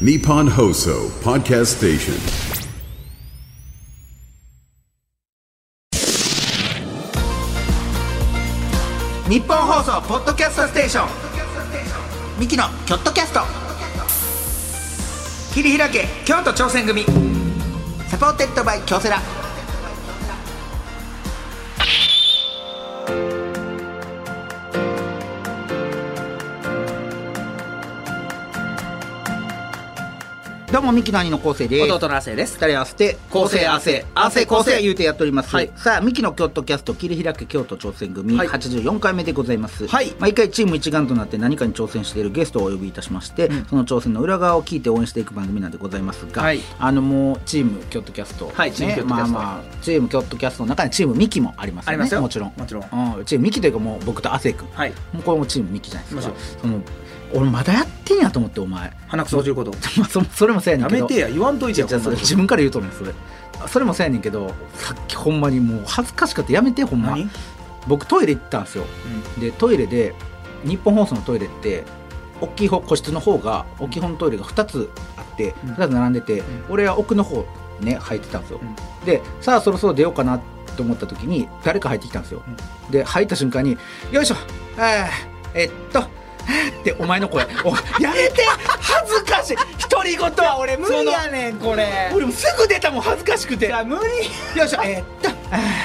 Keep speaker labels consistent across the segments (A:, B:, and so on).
A: Nippon Hoso Podcast Station.
B: 日本放送ポッドキャストステーションミキのキョットキャスト切り開け京都挑戦組サポーテッドバイ京セラどうもミキの兄の昴生です
C: 弟の亜生です
B: 二人合わせて
C: 構成合わせ
B: 合わせ構成言うてやっております、
C: はい
B: さあミキの京都キャスト切り開け京都挑戦組
C: はい
B: 84回目でございます、
C: はい
B: 毎回チーム一丸となって何かに挑戦しているゲストをお呼びいたしまして、その挑戦の裏側を聞いて応援していく番組なんでございますが、
C: はい
B: あのもうチーム京都キャスト、
C: はいチーム京都キャスト
B: まあまあチーム京都キャストの中にチームミキもありますよね
C: ありますよ
B: もちろん
C: もちろ
B: ん、うんチームミキというかもう僕と亜生君、
C: はい
B: もうこれもチームミキじゃないですか
C: もち
B: その俺まだやってんやと思ってお前
C: 鼻くそ落ちること
B: まあそそれもそうやねん
C: や
B: けど
C: めてや言わんといて
B: じゃ
C: や
B: あじゃあそれ
C: こんな
B: 自分から言うとるんそれそれもそうやねんけどさっきほんまにもう恥ずかしかったやめてほんま
C: 何
B: 僕トイレ行ったんですよでトイレで日本放送のトイレって大きい方個室の方が大きい方のトイレが2つあって、
C: うん
B: 2つ並んでて、
C: ん
B: 俺は奥の方ね入ってたんですよ、
C: う
B: でさあそろそろ出ようかなと思った時に誰か入ってきたんですよ、で入った瞬間に「よいしょあーえっと」あーってお前の声おやめて恥ずかしい独り言は俺無理やねんこれ俺もすぐ出たもん恥ずかしくて
C: や無理
B: よいしょえっとあー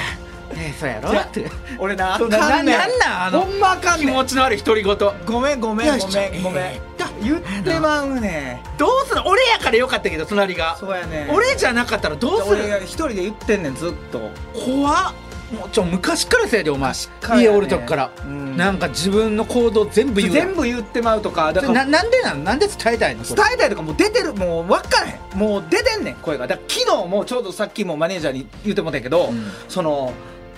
B: えー、そうやろ
C: じゃあ
B: って
C: 俺なあ
B: そうな
C: かんねん
B: なんなんあの
C: ほんまあかん
B: 気
C: ねん
B: 持ちのある独り言ど
C: ごめんごめ
B: よ
C: ん
B: いし
C: ご
B: ょ
C: めんごめん
B: えーっと
C: 言ってまうね
B: うすんの俺やからよかったけど隣が
C: そうやね
B: 俺じゃなかったらどうす
C: 俺が
B: る
C: 一人で言ってんねんずっと
B: 怖っもうちょ昔からせやでお前、
C: から
B: 家
C: やね
B: おる時から、
C: うん
B: なんか自分の行動全部言うやん
C: 全部言ってまうとかだ
B: それ
C: から
B: ななんでなんなんで伝えたいのこ
C: 伝
B: れ
C: えたいとかもう出てるもう分からへんもう出てんねん声がだから昨日もちょうどさっきもマネージャーに言うてもらったんやけど、
B: うん
C: その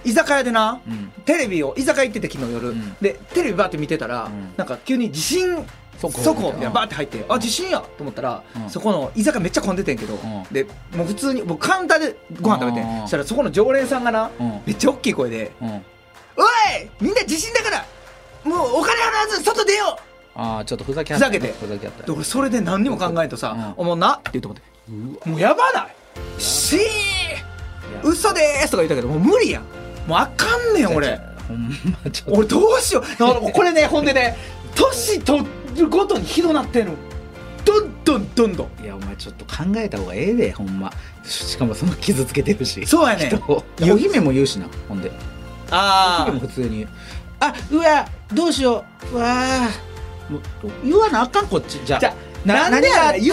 C: 居酒屋でな、
B: うん
C: テレビを居酒屋行ってて昨日夜、
B: うん
C: でテレビバーって見てたら、
B: ん
C: なんか急に地震
B: 速報
C: そこ
B: うん
C: バーって入って、あ地震やと思ったら、
B: うん
C: そこの居酒屋めっちゃ混んでてんけど、
B: ん
C: でもう普通に僕カウンターでご飯食べて
B: うん
C: んそしたらそこの常連さんがな、
B: うん
C: めっちゃ大きい声で
B: うん
C: 「おいみんな地震だからもうお金払わず外出よう!」
B: ああちょっとふざけあ
C: ふ
B: った
C: ざけて
B: ふざけあった
C: で俺それで何にも考えんとさ「
B: うん
C: おもんな」って言ってもって「もうやばない!」「しー嘘でーす!」とか言ったけどもう無理やんもうあかんねん俺
B: ほんまちょっ
C: 俺どうしようだからこれね ほんでね年取るごとにひどなってんのどんどんどんどん
B: といやお前ちょっと考えた方がええでほんましかもその傷つけてるし
C: そうやねん
B: 人をいやお姫も言うしなほんで
C: あ
B: でも普通に「あうわどうしよううわもう言わなあかんこっちじゃあ
C: じゃあなんでやねん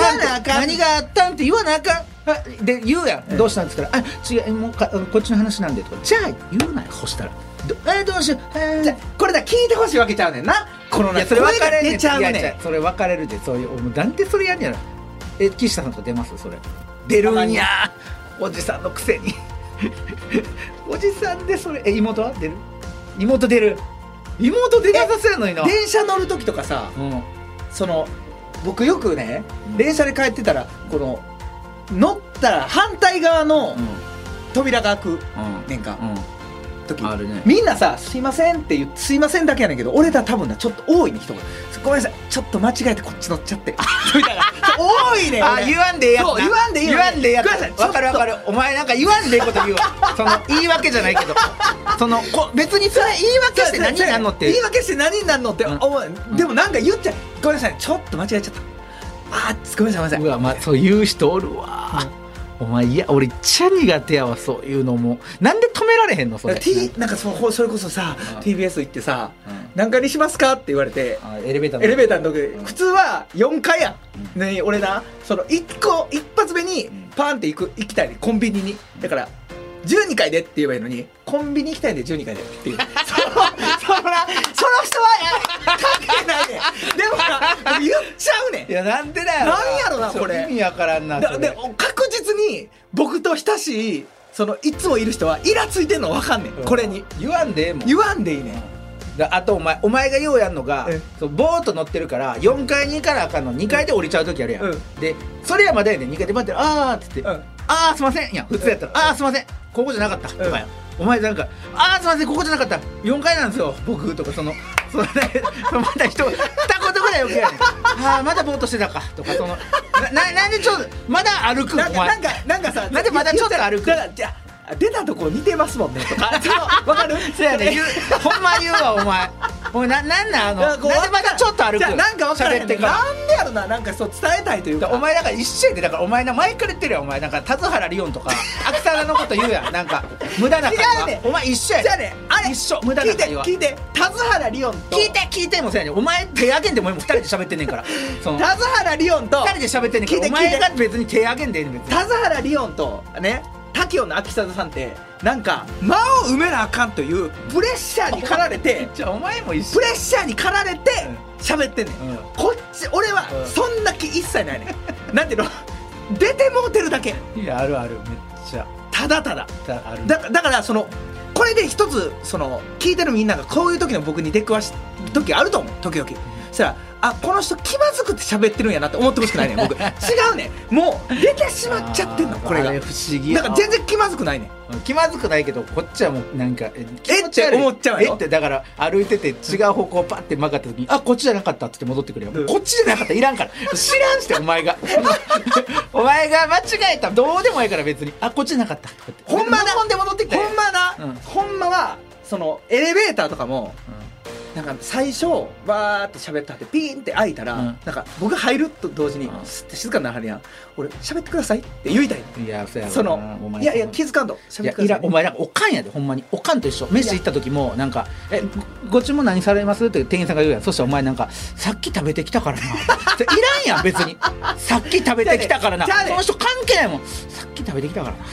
B: 何があったんって
C: 言わな
B: 何があったんって言わなあ
C: あかん
B: かんあで言うやん、どうしたんですから「あ違うもうかこっちの話なんで」とか「じゃあ言うなよそしたら」どえどうしようえー
C: じゃこれだ聞いてほしいわけちゃうねんなこの
B: い
C: ね
B: やそれ分かれる
C: 声が
B: で
C: 出ちゃうね
B: いやいや
C: ん
B: それ分かれるでそういうもうなんでそれやんやろえ岸田さんとか出ますそれ出るんやおじさんのくせに おじさんでそれえ妹は出る妹出る妹出なさそうやのにな
C: 電車乗る時とかさ
B: うん
C: その僕よくね
B: うん
C: 電車で帰ってたらこの乗ったら反対側の扉が開くねんか、時
B: あるね
C: みんなさ「すいません」って言う「すいません」だけやねんけど俺ら多分なちょっと多いね人が「ごめんなさいちょっと間違えてこっち乗っちゃって」みたいな多いねん
B: あ
C: 俺
B: 言わんでええやつな
C: そう言わんでいいよ
B: 言わんでええやつ
C: ごめんなさい
B: わかるわかるお前なんか言わんでええこと言うわその言い訳じゃないけどそのこ別にそれ言い訳して何になんのって
C: 言い訳して何になんのって
B: うん
C: 思う、でもなんか言っちゃう「ごめんなさいちょっと間違えちゃった」あーごめんなさいご
B: う
C: めんなさ
B: わ
C: い
B: まあそういう人おるわ、お前いや俺いっちゃ苦手やわそういうのもなんで止められへんのそれ、
C: T、なんかそのそれこそさ、
B: うん
C: TBS 行ってさ
B: うん
C: 「何階にしますか?」って言われて、
B: あエレベーター
C: エレベー
B: タ
C: ターの時、普通は4階やん、ね、俺なその1個一発目に
B: ん
C: パーンって行く行きたいねコンビニにだから12階でって言えばいいのにコンビニ行きたいんで12階でっていうそのそらその人はや関係ないねんでもな言っちゃうねん
B: いやなんでだよ
C: なんやろな
B: そう
C: これ
B: 意味わからんな
C: だ
B: それ
C: で確実に僕と親しいそのいつもいる人はイラついてんの分かんねん
B: うん
C: これに
B: 言わんでええもん
C: 言わんでいいねん
B: だあとお前お前がようやんのが
C: え
B: そうボート乗ってるから4階に行かなあかんの2階で降りちゃう時あるやん、
C: うん
B: でそれやまだやねん2階で待ってるあーっつって、
C: うん
B: あーすいませんいや普通やったら、あーすいませんここじゃなかったとかやん、お前なんか「あーすいませんここじゃなかった4階なんですよ僕」とかそのそれ また人二言ぐらい余計やねんああまだぼーっとしてたかとかそのなななんでちょっとまだ歩くお
C: な
B: 前
C: んかなんかなんかさ
B: なんでまだちょっと歩く
C: だからじゃあ出たとこ似てますもんねとかそ のわかる
B: そうやね言うほんま言うわお前お前ななんなんあの
C: な
B: なんん
C: か
B: でまだちょっと歩く
C: じゃあなんか分からへ
B: 喋
C: ん
B: っ
C: ね
B: て
C: ん
B: から
C: なんでやろななんかそう伝えたいという
B: だ
C: か
B: からお前だから一緒やでだからお前な前から言ってるやんお前なんか田津原理音と か芥川のこと言うやんなんか無駄な会話
C: 違うねん
B: お前一緒やで
C: じゃあねあれ
B: 一緒無駄な
C: 聞いて
B: 会話
C: 聞いて田津原リオンと
B: 聞いて聞いてもそうやねんお前手挙げんでも今二人で喋ってんねんからその
C: 田津原リオンと
B: 二人で喋ってんねんからお
C: 聞いて聞いて
B: 前が別に手挙げんでええねん別に
C: 田津原リオンとね滝雄の秋里さんってなんか間を埋めなあかんというプレッシャーに駆られ て
B: じゃあお前も一緒
C: プレッシャーに駆られて喋ってんねん、
B: うん
C: こっち俺
B: う
C: は
B: ん
C: そんな気一切ないね んなんていうの出てもうてるだけ
B: いやあるあるめっちゃ
C: ただただ
B: だある
C: だだからそのこれで一つその聞いてるみんながこういう時の僕に出くわす時あると思う時々そしたらあこの人気まずくて喋ってるんやなって思ってほしくないねん 僕違うねんもう出てしまっちゃってんのこれ
B: あ
C: が
B: れ
C: だ
B: 不
C: か
B: 思議や
C: ら全然気まずくないねん
B: 気まずくないけどこっちはもうなんかえ
C: えって思っちゃうよ
B: えってだから歩いてて違う方向パッて曲がった時にあこっちじゃなかったっつって戻ってくるよ、
C: うん
B: こっちじゃなかったいらん から知らんしてお前が お前が間違えたどうでもいいから別にあこっちじゃなかったとかって
C: ほんまだ
B: で戻ってきた
C: ほんまな、
B: うん
C: ほんまはそのエレベーターとかもなんか最初わーって喋ってはってピーンって開いたら、
B: うん
C: なんか僕入ると同時に
B: うん
C: スッて静かになはるやん俺喋ってくださいって言いたい
B: うんいやそうやろ
C: そ
B: なお
C: の
B: 前
C: いやいや気づかんと
B: い
C: 喋っ
B: や
C: てく
B: い
C: だ
B: ら
C: さい
B: お前なんかおかんやでほんまにおかんと一緒飯行った時もなんか「えごご注文何されます?」って店員さんが言うやんそしたらお前なんか「さっき食べてきたから な」いらんやん別に「さっき食べてきたからな」
C: じゃあね
B: その人関係ないもん「さっき食べてきたからな」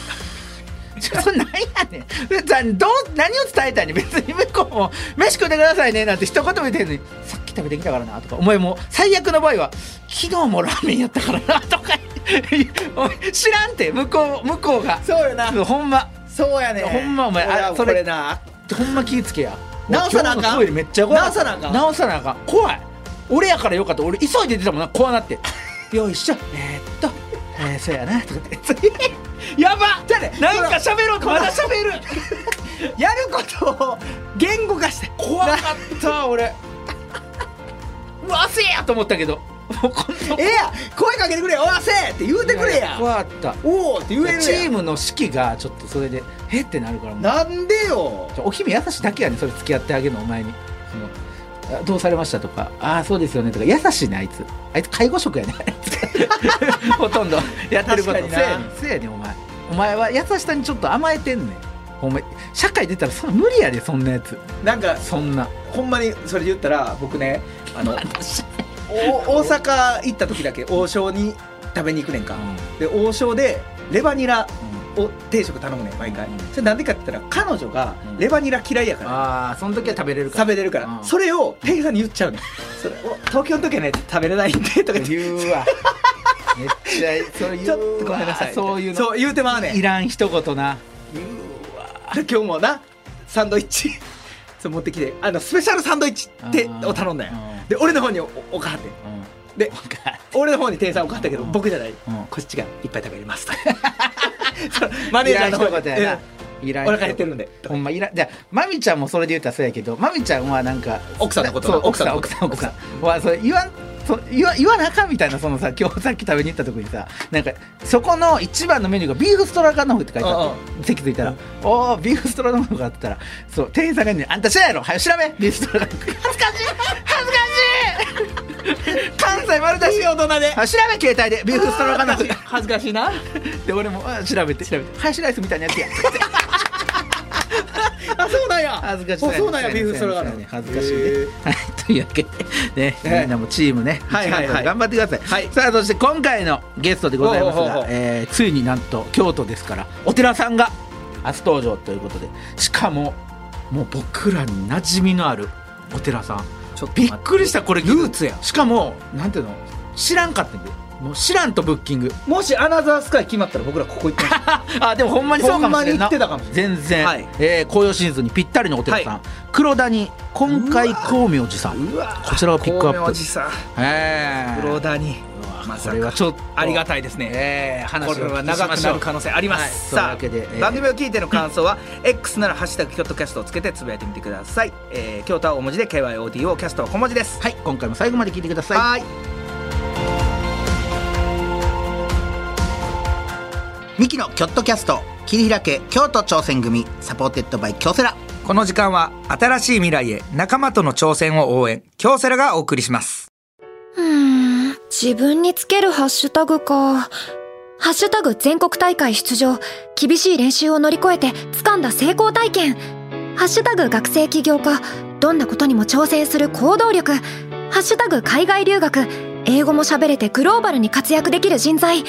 B: ちょっと何やねん別にどう何を伝えたいねん別に向こうも「飯食ってくださいね」なんて一言も言ってんのに「さっき食べてきたからな」とかお前もう最悪の場合は「昨日もラーメンやったからな」とかお前知らんて向こう向こうが
C: そうよな
B: ほんま
C: そうやね
B: ほんまお前あ
C: 俺は
B: それ
C: これな
B: ほんま気ぃつけや
C: 直さなあかん
B: 今日のトイレめっちゃ怖い
C: 直さなあかん
B: 直さなあかん怖い俺やからよかった俺急いで出たもんな怖なってよいしょえー、っとえー、そうやなとかって 次やば
C: じゃあね
B: なんか喋ろうとまだ喋る
C: やることを言語化して
B: 怖かった俺うわせやと思ったけどもうこんな
C: ええや声かけてくれよおわせって言うてくれ
B: いい
C: や
B: 怖かった
C: おおって言えるやん
B: チームの指揮がちょっとそれでえってなるからもう
C: なんでよ
B: お姫優しいだけやねそれ付き合ってあげるのお前にそのあどうされましたとかああそうですよねとか優しいねあいつあいつ介護職やね ほとんどやってること
C: 確かにな
B: せやねんせやねんお前お前は優しさにちょっと甘えてんねんお前社会出たらそんな無理やでそんなやつ
C: なんか
B: そんな
C: ほんまにそれ言ったら僕ね あのお大阪行った時だけ王将に食べに行くねんか、
B: う
C: で王将でレバニラ
B: う
C: を定食頼むねん毎回、
B: うん
C: それなんでかって言ったら彼女が
B: うん
C: レバニラ嫌いやから、
B: ああその時は食べれるから
C: 食べれるから、
B: うん
C: それを店員さんに言っちゃうねんそれを東京の時はね食べれないんでとか言って
B: 言うわ めっちゃそれ言うわ
C: ちょっとごめんなさい
B: そういうの
C: そう言うてまうねん
B: いらん一言な
C: で今日もなサンドイッチ そう持ってきてあのスペシャルサンドイッチって
B: うん
C: を頼んだよ
B: うん
C: で俺の方におおかはって
B: う
C: で俺の方に店員さんおかはったけど
B: うん
C: 僕じゃない
B: ん、うん
C: こっちがいっぱい食べれ ますそうマネージャー
B: い
C: の
B: らん
C: 方
B: 一言やな、いら
C: う
B: 一
C: んんお
B: 言
C: 腹減ってるんで
B: ほんまいらじゃあマミちゃんもそれで言ったらそうやけどマミちゃんはなんか
C: 奥さんのこと
B: そう
C: な
B: 奥さん奥さん奥さんはそれ言わんそう言わ言わなあかんみたいなそのさ今日さっき食べに行った時にさなんかそこの一番のメニューがビーフストラガノフって書いてあって席ついたら「おおビーフストラガノフがあったらそう店員さんがね「あんた知らんやろ早よ調べビーフストラガノフ」恥ずかしい恥ずかしい関西丸出
C: い
B: し
C: い大人で
B: あ調べ携帯でビーフストラガノフ
C: 恥ずかしいな
B: で俺もあ調べて調べてハヤシライスみたいなやつや
C: あそうなんや
B: 恥ずかしい
C: あそうなんやビーフストロガノフ
B: 恥ずかしい
C: へ
B: ね
C: ー
B: はいというわけでね
C: ね
B: みんなもチームね
C: はいはいは
B: 一丸と
C: い
B: 頑張ってください、
C: はい
B: さあそして今回のゲストでございます
C: ほうほうほうほ
B: が
C: う
B: えーついになんと京都ですからお寺さんが初登場ということでしかももう僕らに馴染みのあるお寺さん
C: ちょっと待
B: び
C: っ
B: ってくりしたこれル
C: ーツやん
B: しかもなんていうの知らんかったんでもう知らんとブッキング
C: もしアナザースカイ決まったら僕らここ行ってます
B: あでもほんまにそうかもしれんな
C: ほんまに言ってたかもし
B: 全然、
C: はい
B: えー紅葉シーズンにぴったりのお寺さん、
C: は
B: 黒谷今回光明寺さん
C: うわ
B: こちらをピックアップ
C: 光明寺さん
B: ええ
C: 黒谷
B: うわ
C: ま
B: こ
C: さ
B: れは
C: か
B: ちょっと
C: ありがたいですね
B: えー、話を
C: これは長くなる可能性あります、
B: はい、と
C: さ
B: いうわけ
C: あ、
B: で、えー
C: 番組を聞いての感想は X なら「ハッシュタグキョットキャスト」をつけてつぶやいてみてください、えー、京都は大文字で KYODO キャストは小文字です
B: はい今回も最後まで聞いてください
C: はーい
D: ミキのキョットキャスト切り開け京都挑戦組サポーテッドバイ京セラ
C: この時間は新しい未来へ仲間との挑戦を応援京セラがお送りします
E: うーん自分につけるハッシュタグか。ハッシュタグ全国大会出場。厳しい練習を乗り越えて掴んだ成功体験。ハッシュタグ学生起業家。どんなことにも挑戦する行動力。ハッシュタグ海外留学。英語も喋れてグローバルに活躍できる人材。って、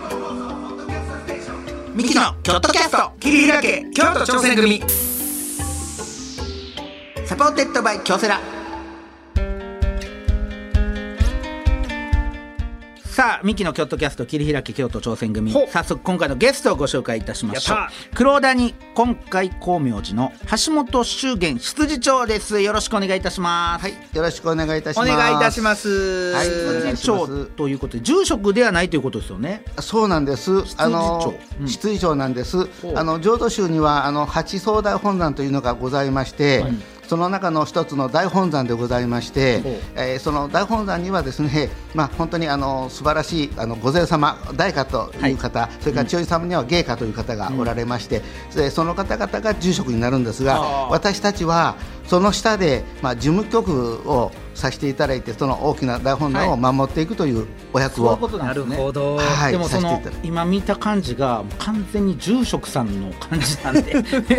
D: ミキのキョットキャスト
C: 切り開け京都挑戦組
D: サポーテッドバイ京セラ
B: さあミキの京都キャスト切り開き京都挑戦組
C: ほ
B: 早速今回のゲストをご紹介いたしましょう
C: やっ
B: 黒谷今回光明寺の橋本修玄執事長ですよろしくお願いいたしますはい
D: よろしくお願いいたし
C: お
D: ます
C: 願いいたします、
D: はい
B: 執事
D: お願
B: 長
D: いします
B: ということで住職ではないということですよね
D: そうなんですあの
B: うん
D: 執事長なんです、
B: う
D: あの浄土宗にはあの八総大本山というのがございまして、その中の一つの大本山でございまして
B: ほう、
D: えーその大本山にはですね、 まあ、本当にあの素晴らしいあの御前様大家という方、それから千代様には芸家という方がおられまして、でその方々が住職になるんですが私たちはその下で、まあ、事務局をさせていただいてその大きな大本山を守っていくというお役
B: そうい
D: を、
B: うことなんですね
C: ど
D: はい
B: でもそ
D: させてい
B: の
D: ただいて
B: 今見た感じがもう完全に住職さんの感じなんで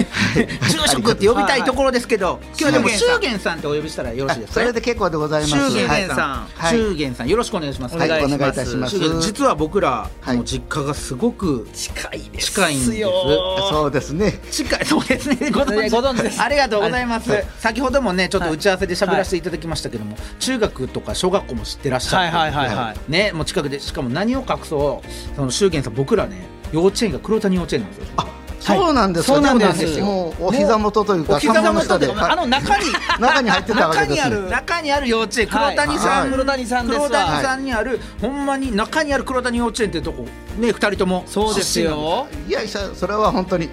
B: 住職って呼びたいところですけど今日でも
C: 修玄さ
B: 修玄さ
C: ん
B: んってお呼びしたらよろしいですか、
D: そ
B: ね
D: れ、で結構でございます。
B: 修
C: 修
B: 玄
C: 玄
B: さ
C: さ
B: ん、
C: ん
D: はい
B: 修玄さんよろしくお願いします。
D: はいお願いいたします
B: 修玄実は僕ら
D: はい
B: の実家がすごく
C: 近いで
B: 近いんです。
D: そうですね。
B: 近いそうですね。ご存知
C: ご存知です
B: ありがとうございます。
D: はい
B: 先ほどもねちょっと打ち合わせで喋らせていただきましたけども、中学とか小学校も知ってらっしゃる。
C: はいはいはいはい
B: ねもう近くでしかも何を隠そうその修玄さん僕らね幼稚園が黒谷幼稚園なんですよ。
D: そうなんですよ。
B: そうなんですよ
D: もうお膝元というか、
B: お膝
D: 頭の
B: 元
D: 下
B: で
D: で、
B: あの中に
D: はい 中に入ってたわけで
B: 中に
D: す。
B: ある中にある幼稚園黒谷さん、
D: はい
C: 黒谷さんですわ
B: 黒谷さんにある、ほんまに中にある黒谷幼稚園っていうとこね二人とも
C: そうですよ。
D: いやいや、それは本当に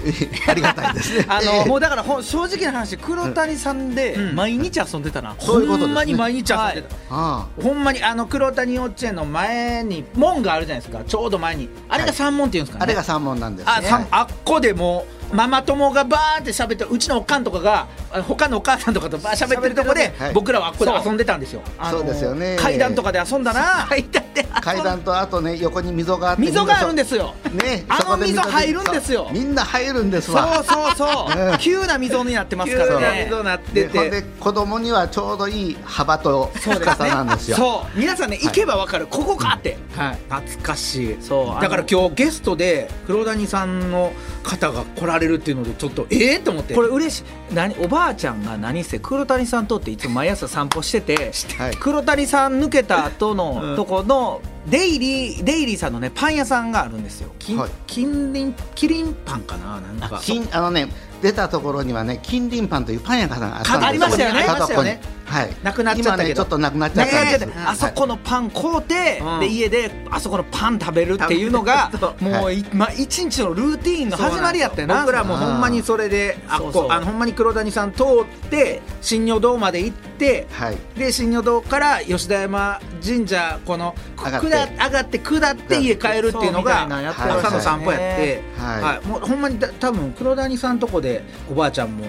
D: ありがたいですね。
C: あ
D: え
C: の
D: え
C: もうだからほん正直な話黒谷さんで毎日遊んでたな、
D: そういうこ
B: ほ
D: とですね
B: んまに毎日遊んでた、
D: ああ
B: ほんまにあの黒谷幼稚園の前に門があるじゃないですかちょうど前にあれが三門っていうんですか
D: あ
B: ね、
D: れが三門なんですね。
B: あ、さ
D: はい
B: あっこでもうママ友がバーンって喋ってるうちのおかんとかがあ他のお母さんとかとバー喋ってるとこで、
D: はい
B: 僕らはあっこで遊んでたんですよ
C: あの
D: そうですよね
C: 階段とかで遊んだ な
B: 階段で遊んで
D: 階段とあとね横に溝があって。
C: 溝があるんですすよ
D: ね、
C: あの
D: そこで
C: 溝
D: に
C: 入るんですよ
D: そうみんな入るんです
C: そう
D: わ。
C: そうそううん急な溝になってます
B: 急
C: から
B: な
C: ね
B: 溝になって
D: で、
B: て
D: ほんで子供にはちょうどいい幅と深さなんですよ。
C: そう皆さんね行けばわかる、ここかって
B: はい、懐かしい
C: そうあの
B: だから今日ゲストで黒谷さんの方が来られるっていうのでちょっとええと思って
C: これ嬉しい何おばあちゃんが何せ黒谷さんとっていつも毎朝散歩してて
D: はい
C: 黒谷さん抜けた後の
B: うん
C: とこのデイリーデイリーさんのねパン屋さんがあるんですよ
B: 金、
D: はい
B: 金輪キリンパンかななんか
D: 金あのね出たところにはね金輪パンというパン屋さんがあったんです
C: ありましたよね
D: 片っぽ
B: ありましたよ
D: に
B: ね
D: はい
B: なくなっちゃったけど
D: 今ねちょっとなくなっちゃ
C: だ
D: っ
C: から
D: たんです、
C: あそこのパン買うて、
B: うん
C: で家であそこのパン食べるっていうのが
B: 食べ
D: る
C: も
D: は
C: うい、まあ、一日のルーティーンの始まりやったよな
B: 僕らもうほんまにそれであっこ
C: そうそう
B: あのほんまに黒谷さん通って新女堂まで行って
D: はい
B: で新女堂から吉田山神社このく
D: 上がって
B: 下上がって下って家帰るっていうのが
C: そうみたいなのやって
D: ましたね
B: 朝の散歩やって、
D: はい
B: はいもうほんまにだ多分黒谷さんとこでおばあちゃんも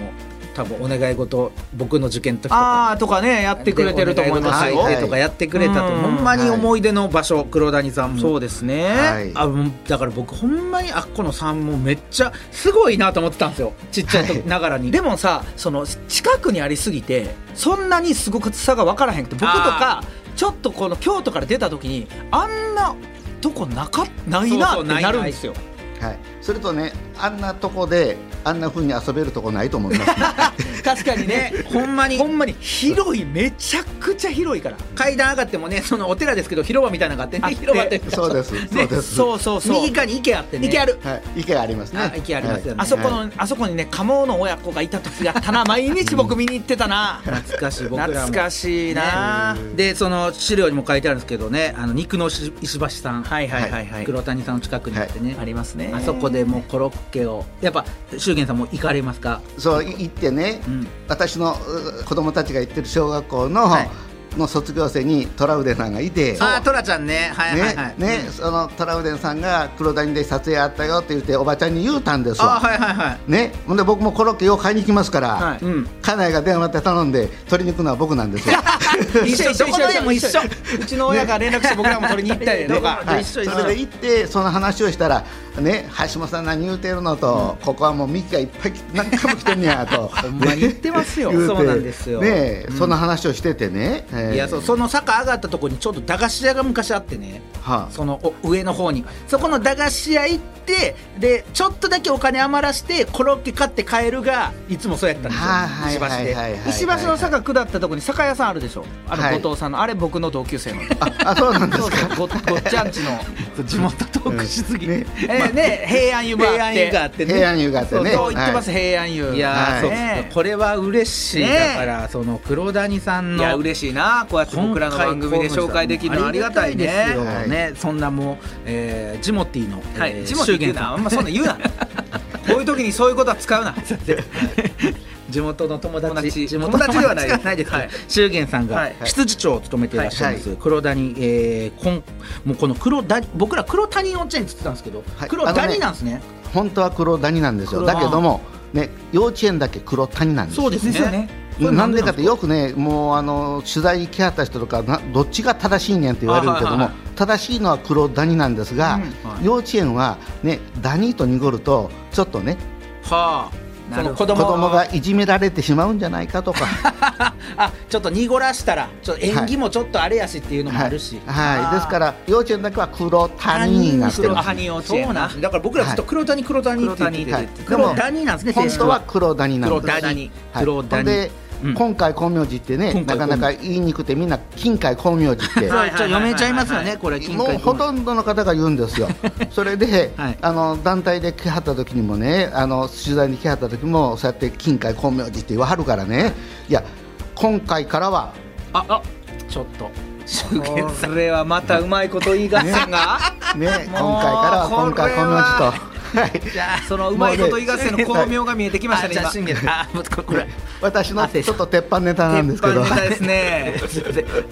B: 多分お願い事僕の受験の時とか。
C: ああとかねやってくれてると思いますよ、
B: お願事書
D: はい
B: いてとかやってくれたと、
C: うん
B: ほんまに思い出の場所黒谷さんも
C: そうですね、
D: はい
B: あもうだから僕ほんまにあっこのさんもめっちゃすごいなと思ってたんですよちっちゃいと、
D: はい
B: ながらに
C: でもさその近くにありすぎてそんなにすごく差が分からへんくて僕とかちょっとこの京都から出た時にあんなとこなかないなってなるんですよ
B: よ
D: はい、それとねあんなとこであんな風に遊べるとこないと思いま すね
C: 確かにね
B: ほんまに
C: ほんまに広いめちゃくちゃ広いから
B: 階段上がってもねそのお寺ですけど広場みたいなのがあってね
C: あって
B: 広場というか
D: そうですそうです、
C: そうそうそう
B: 右側に池あってね
C: 池ある
D: はい、池ありますね
B: あ池ありますよね
D: は
C: あそこの、あそこにねカモの親子がいた時があったな毎日僕見に行ってたな
B: 懐かしい僕らも
C: 懐かしいな、
B: ねでその資料にも書いてあるんですけどねあの肉の石橋さん、
C: はいはいはいはい
B: 黒谷さんの近くにあってね、
C: ありますね
B: あそこでもうコロッケをやっぱ祝言さんも行かれますか
D: いそうい行ってね、
B: ん
D: 私のう子供たちが行ってる小学校の、
B: はい
D: の卒業生にトラウデンさんがいて
B: ああトラちゃんねはいはいはい、
D: ねね、そのトラウデンさんが黒谷で撮影あったよって言っておばちゃんに言うたんです
B: ああ
D: わ、
B: はいはいはい
D: ね、ほんで僕もコロッケよう買いに行きますから、
C: はい
B: うん
D: 家内が電話で頼んで取りに行くのは僕なんで すよ
B: 一緒一緒
C: どこの家も一緒
B: 一
C: うちの親が連絡して僕らも取りに行ったりとか、
D: はい、
B: 一
D: そ
B: 緒
D: れ
B: 一緒
D: で行ってその話をしたらね橋本さん何言うてるのと、ここはもうミキがいっぱい来て何回も来てんねや とほん
B: まに言ってますよそうなんですよ
D: ねその話をしててね、えー
B: いやそうその坂上がったとこにちょっと駄菓子屋が昔あってね、
D: はあ
B: そのお上の方にそこの駄菓子屋行ってでちょっとだけお金余らしてコロッケ買って帰るがいつもそうやったんですよ、
D: はい
B: 石橋で、
D: はいはいはい
C: 石橋の坂下ったとこに酒屋さんあるでしょあ
D: は
C: の
D: い
C: 後藤さんの、あれ僕の同級生の
D: あそうなんです
C: そうそうごごっちゃんちの地元トークしすぎ、えーね平安湯があって
B: 平安湯があってね
D: 平安湯があってね
C: そうそう言ってます、
D: はい
C: 平安湯
B: いやー
D: はい
B: そう
C: ね
B: これは嬉しい、
C: ね
B: だからその黒谷さん
C: いや
B: の
C: 嬉しいなこうやって僕らの番組で紹介できるのありがたい
B: あ
C: ね
B: りがたいですよ
D: はい
B: ねそんなもう、えージモティーの、
C: はい、
B: えー
C: ジモテ
B: 祝
C: ィー言う
B: 言
C: な
B: さ
C: あ
B: ん
C: んまそんな 言うなこういう時にそういうことは使うな
B: 地元の友
C: 友達
B: 達地元の
C: 友達ではない
B: 友達ないです、
C: はい
B: 修玄さん
C: は
B: が
C: い
B: 室次長を務めていらっしゃいます、黒谷、えー、こんもうこの黒谷僕ら黒谷幼稚園って言ってたんですけど、
D: はい
B: 黒谷なんですね
D: 本当は黒谷なんですよ
B: 黒
D: だけどもね幼稚園だけ黒谷なんですよ
B: そうですね
C: ですよね
D: なんでかってよくねもうあの取材来はった人とかなどっちが正しいねんって言われるけど
C: あはいはいは
D: も正しいのは黒ダニなんですが、
B: うんはい
D: 幼稚園はねダニと濁るとちょっとね
B: はあその子
D: 子
B: 供
D: 供がいじめられてしまうんじゃないかとか、
B: あちょっと濁らしたらちょっと縁起もちょっとあれやしっていうのもあ
D: はい
B: るし、
D: は
B: あ
D: い、
B: ー
D: ですから幼稚園だけは黒
B: 他
D: 谷
B: 人
D: になって
B: 黒
D: ます。
B: 谷幼稚
C: そ
B: 園
C: うなん
B: な
C: で
B: ん
C: す
B: だから僕らずっと黒谷黒谷って言ってて
D: はい
B: 黒谷なんですね
D: 本当は黒ダニなんです
B: 黒谷
D: はい
B: 黒谷
D: ほんで、
B: うん
D: 今回光明寺ってね
B: 今
D: な
B: 回
D: かなか言いにくくてみんな近海光明寺っ て
B: そう一応読めちゃいますよねこれ金
D: もう
B: 塊
D: ほとんどの方が言うんです よ、それで、
B: はい
D: あの団体で来はった時にもね、あの取材に来はった時も、そうやって金海光明寺って言わはるからね、いや、今回からは、
B: ああちょっと修玄さん
C: これはまたうまいこと言い合 戦が、
D: ね、今回からは
C: もう
D: 今回
C: これ
D: 光明
C: は
D: 寺と、 はい
C: そのうまいこと言い合戦の巧妙が見えてきましたね
B: あじゃあ
C: 今
B: 信玄あもうここれ
D: 私のちょっと鉄板ネタなんですけど、
C: 鉄板ネタですね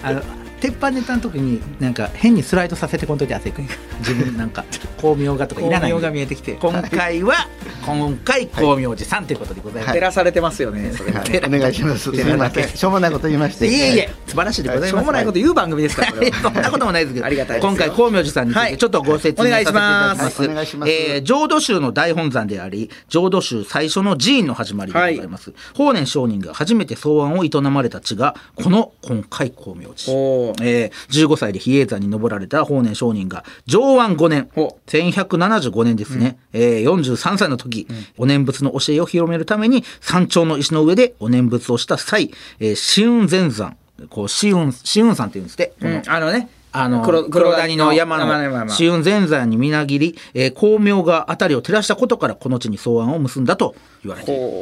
B: あの鉄板ネタの時になんか変にスライドさせてこんといて汗くん自分なん か光明がとかいらない
C: 光明が見えてきて
B: 今回は今回光明寺さんということでございます、
D: は
C: 照らされてますよねそれ
D: はいお願いします、すみません、しょうもないこと言いまして、
B: いえいえ、素晴らしいでございます。
C: しょうもないこと言う番組ですからこれは
B: そんなこともないですけど、
C: ありがたいですよ
B: 今回、光明寺さんについ
C: は
B: て
C: い
B: ちょっとご説明させていただきます。
D: お願いします
B: えー浄土宗の大本山であり、浄土宗最初の寺院の始まりでございます。法然上人が初めて草案を営まれた地が、この今回光明寺。
C: おー
B: えー15歳で比叡山に登られた法然上人が、上安5年
C: お、
B: 1175年ですね、えー43歳の時、お念仏の教えを広めるために、山頂の石の上でお念仏をした際、えー、紫雲前山、こう、紫雲、紫雲山って言うんですって、この
C: あのね
B: あの
C: 黒
B: 黒
C: 黒
B: 谷の山の
C: 山の山
B: 紫雲前山にみなぎり、えー光明が辺りを照らしたことからこの地に草案を結んだと言われている、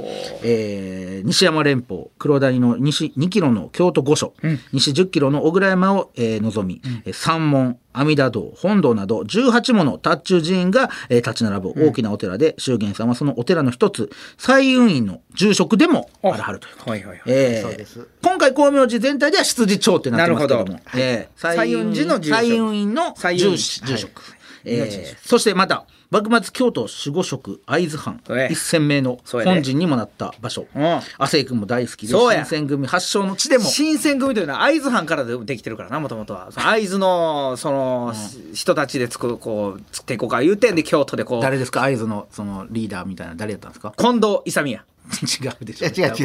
B: えー西山連峰黒谷の西2キロの京都御所、西10キロの小倉山を、えー望み、えー山門阿弥陀堂本堂など18もの達中寺院が、えー立ち並ぶ大きなお寺で修玄さんはそのお寺の一つ彩雲院の住職でもあらはるということ
C: はいはいはい
B: えー
D: そうです
B: 今回光明寺全体では執事長ってなってますけども
C: なる
B: えー
C: 西雲寺の住職
B: 西雲院の
C: 西
B: 住職
C: 雲はい
B: 住職えーそしてまた幕末京都守護職会津藩
C: ええ
B: 一戦名の
C: そうやね
B: 本陣にもなった場所
C: うん
B: 亜生君も大好きで
C: そう
B: 新
C: や
B: 選組発祥の地でも
C: 新選組というのは会津藩からできてるからなもともとはその会津のその人たちでつくこうつっていこうか言うてんで京都でこう
B: 誰ですか会津のそのリーダーみたいな誰やったんですか
C: 近藤勇や
B: 違うでし
D: い
B: ょ
D: や違う違う違う違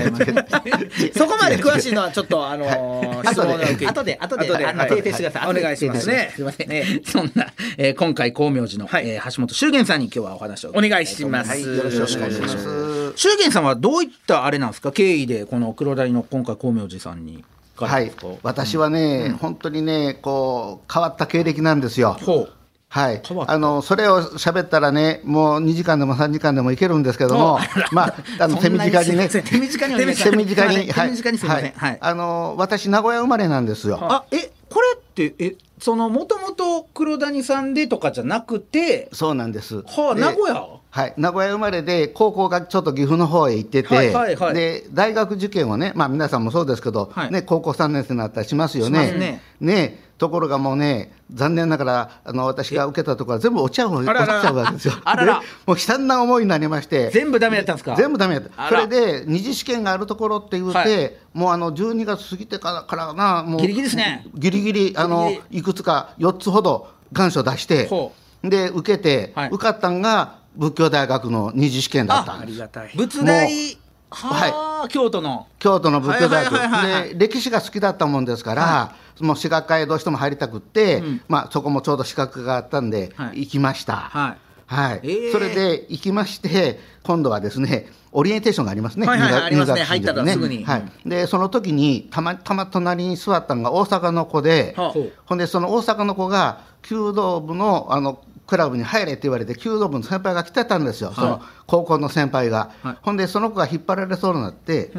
D: う
B: 違います
D: 違う 違う
C: そこまで詳しいのはちょっとあのー質
D: 後で
C: 問の受け
F: 後で後で
C: 後で
F: あの
C: はい
F: 訂正してください
C: はいお願いします
B: ね
C: ね。すいません。
B: ねそんな、えー今回光明寺の、
C: はい
B: えー橋本修玄さんに今日はお話を
C: お願いします。
D: はいよろしくお願いします
B: 修玄さんはどういったあれなんですか経緯でこの黒谷の今回光明寺さんに行か
D: は
B: れ
D: い
B: たんですか
D: 私はね、本当にねこう変わった経歴なんですよ
B: ほう
D: はい
B: 変わっ、た
D: あのそれを喋ったらね、もう2時間でも3時間でもいけるんですけど も、まあ、あの手短にね、
B: 手短にお願いします
D: 手短に、
B: 手短にすみませんはい、
D: あの私、名古屋生まれなんですよ。
B: あえこれってえそのもともと黒谷さんでとかじゃなくて
D: そうなんです。
B: はあ
D: で
B: 名古屋
D: はい、名古屋生まれで高校がちょっと岐阜の方へ行ってて、
B: はいはいはい
D: で大学受験をね、まあ、皆さんもそうですけど、
B: はい
D: ね、高校3年生になったりしますよ
B: しま
D: ね
B: すね
D: ねところがもうね残念ながらあの私が受けたところは全部落ちちゃう落ち
B: らら
D: ちゃうわけですよ。
B: あらら
D: でもう悲惨な思いになりまして
B: 全部ダメだったんですか
D: 全部ダメやっ
B: あ
D: たそ
B: ら
D: れで二次試験があるところって言うて、
B: はい
D: もうあの12月過ぎてからからなもう
B: ギリギリですね
D: ギリギリあのいくつか4つほど願書出して
B: ほ
D: で受けて、
B: はい
D: 受かったんが仏教大学の二次試験だったんです
C: たい
B: 仏大
D: はい
B: はあ、京都の
D: 京都の仏教大学、
B: はいはいはいはいはい
D: で歴史が好きだったもんですから、もう私学科へどうしても入りたくって、
B: ん
D: まあ、そこもちょうど資格があったんで、
B: はい
D: 行きました、
B: はい
D: はい
B: えー
D: それで行きまして今度はですねオリエンテーションがありますね、
C: はいはいはい
D: 入学
C: ありますね
D: 入学式の時
C: 入ったらすぐに
D: はい、でその時にたまたま隣に座ったのが大阪の子で、
C: はあ
D: ほんでその大阪の子が弓道部のあのクラブに入れって言われて弓道部の先輩が来てたんですよ、その高校の先輩が、
B: はい
D: ほんでその子が引っ張られそうになって、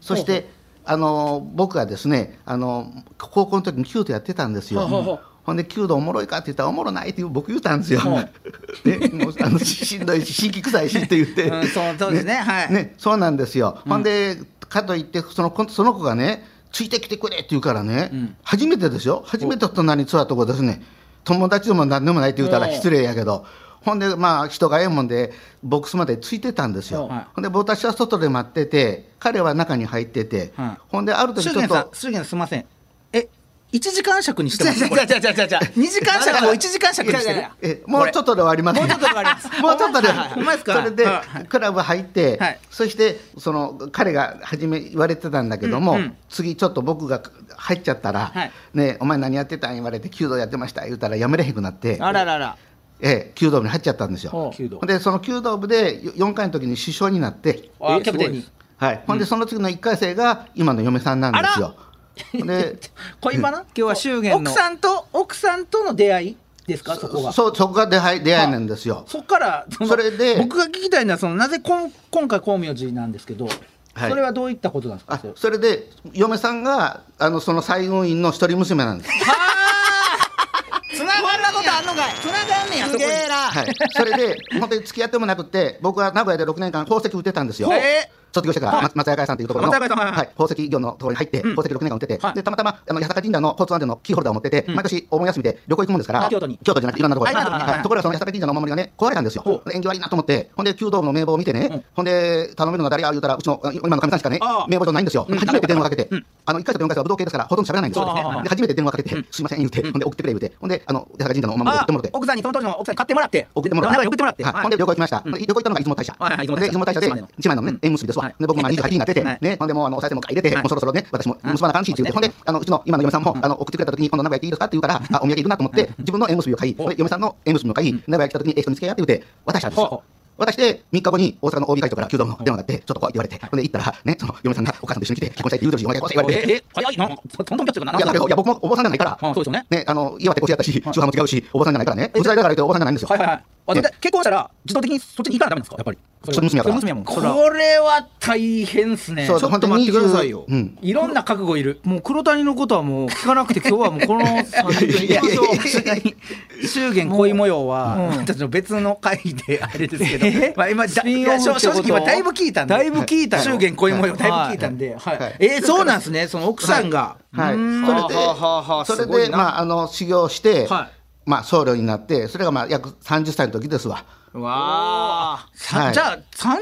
D: そして、あの僕がですねあの高校の時に弓道やってたんですよ。
C: ほうほうほう
D: ほんで弓道おもろいかって言ったらおもろないって僕言うたんですよ。ね、もうあのし しんどいし新規臭いしって言って、
B: うんその当時ねはい
D: ねそうなんですよ、ほんでかといってそのこその子がねついてきてくれって言うからね、初めてですよ初めて隣に座った子ですね友達でも何でもないって言うたら失礼やけどほんでまあ人がええもんでボックスまでついてたんですよ、
B: はい
D: ほんで私は外で待ってて彼は中に入ってて、
B: はい
D: ほんである時
B: 修
D: ちょっ
B: 玄さん
D: と
B: 修玄さんすみませんえ一時間尺にしてます
C: 違う違う違う違う違う
B: 2時間尺を一時間尺にして
C: 違う
B: る
C: 違う違う
D: えもうちょっとで終わります
B: もうちょっとで終わります
D: もうちょっとで
B: はいはいはいほんまですか
D: それで
B: はい
D: クラブ入って、
B: はい
D: そしてその彼が初め言われてたんだけども、
B: うんうん
D: 次ちょっと僕が入っちゃったら「
B: はい
D: ねえお前何やってたん?」言われて「弓道やってました」言うたらやめれへんくなって。
C: あららら。
D: ええ、弓道部に入っちゃったんですよ。
B: ほう弓道
D: ほんでその弓道部で4回の時に首相になって、
C: あ
B: え
C: キャプテンに
B: すごいです
D: はい、ほんでその次の1回生が今の嫁さんなんですよ。ほん で
C: 恋バナ今日は
B: 修玄の
C: 奥さんと、奥さんとの出会いですかそこが。
D: そうそこが出会い出会いなんですよ。
B: そっからの
D: それで
B: 僕が聞きたいのはそのなぜこん今回光明寺なんですけど、
D: はい
B: それはどういったことなんですか
D: あそれで嫁さんがあのその西軍院の一人娘なんです。
C: つながんなことあんの かいつながんねや、そこに。
D: はい、それで本当に付き合ってもなくて僕は名古屋で6年間宝石売ってたんですよ。
B: え
D: 卒業してから、ま松屋会さんというところの、
B: 松屋会さんはいはい
D: はい、宝石業のところに入って、宝石6年間売ってて、
B: はい
D: でたまたまあの八坂神社の交通安全のキーホルダーを持ってて、毎年お盆休みで旅行行くもんですから
B: あ京都に
D: 京都じゃなくていろんなところに、
B: あいろんなところに
D: はいところがその八坂神社のお守りがね壊れたんですよ縁起悪いなと思ってほんで弓道部の名簿を見てね、ほんで頼めるのは誰や言うたらうちのあ今のかみさんしかね
B: ああ
D: 名簿じゃないんですよ、初めて電話かけて、あの1回と4回は武道系ですからほとんど喋らないんですよ、
B: そうですね
D: で初めて電話かけて、すいません言うて、ほんで送ってくれ言うてほんであの八坂神社のお守りを送ってもらって
B: 奥さんにその当時の奥さんに買ってもらって
D: 送ってもらっ
B: 名
D: て。
B: 古屋送ってもらって
D: はい
B: はい
D: ほんで、旅行行きました。旅行行ったのが出雲大社。
B: はいはい出雲大社
D: で、出
B: 島
D: 雲大社で
B: 根の、
D: 一枚の
B: う
D: ね
B: ん、
D: 縁結びです
B: は
D: わ
B: い。
D: で、僕も
B: はい
D: 28になってて、
B: はい
D: ね、ほんで、もう、あの、お賽銭も入れて、
B: はい
D: もうそろそろね、私も
B: はい
D: 結ばなあかんし、って言って、
B: は
D: ほ
B: い
D: んで、あの、うちの今の嫁さんも、あの、送ってくれた時に、この名古屋行っていいですかって言うから、あ、お土産いるなと思って、自分の縁結びを買い、ほんで嫁さんの縁結びも買い、名古屋来た時に、ええ人見つけやって言うて、渡したんです
B: ほう
D: よ。渡して、3日後に大阪の OB 会長から弓道部の電話があって、ちょっと怖いって言われて、ほんで行ったら、ね、その嫁さんがお母さんと一緒に来て、結婚したいって言うとるし、お前が怖いって言われて、
B: ええ早いなそそんなピョッチョが
D: いや、だけど、い
B: や
D: や、僕もお坊さんじゃないから、
B: そうですよね
D: ね、あの、岩手腰やったし、中華も違うし、お坊さんじゃないからね、仏大だから言ってお坊さんじゃないんですよ。
B: はいはいはいあ
D: ね
B: で結婚したら自動的にそっちに行かないとダメなんですかやっぱり
D: それ娘やから
B: それ娘やもんそれは
C: これは大変っすね。
D: そう
B: ちょっと待ってくださいよ、
D: 本当に20
B: いろんな覚悟いる
F: もう黒谷のことはもう聞かなくて今日はもうこの3人で行きましょう
B: 祝言恋模様は、私の別の回であれですけ ど、まあ今だ
F: スピ
B: い
F: ンオフ
B: や
F: って
B: 正
F: こと
B: 正直今だいぶ聞いたんで
F: だいぶ聞いたよ
B: 祝言恋模様だいぶ聞いたんで、はい
D: はい
B: えーそうなんですねその奥さんが、
D: はい、それで、
C: はあはあはあ
D: そ
C: す
D: れ
C: ご
D: で、
C: いな
D: まあ、あの修行して、
B: は
D: まあ、僧侶になって、それがまあ約30歳の時ですわ。
C: わ
B: さ
D: はい
B: じゃあ30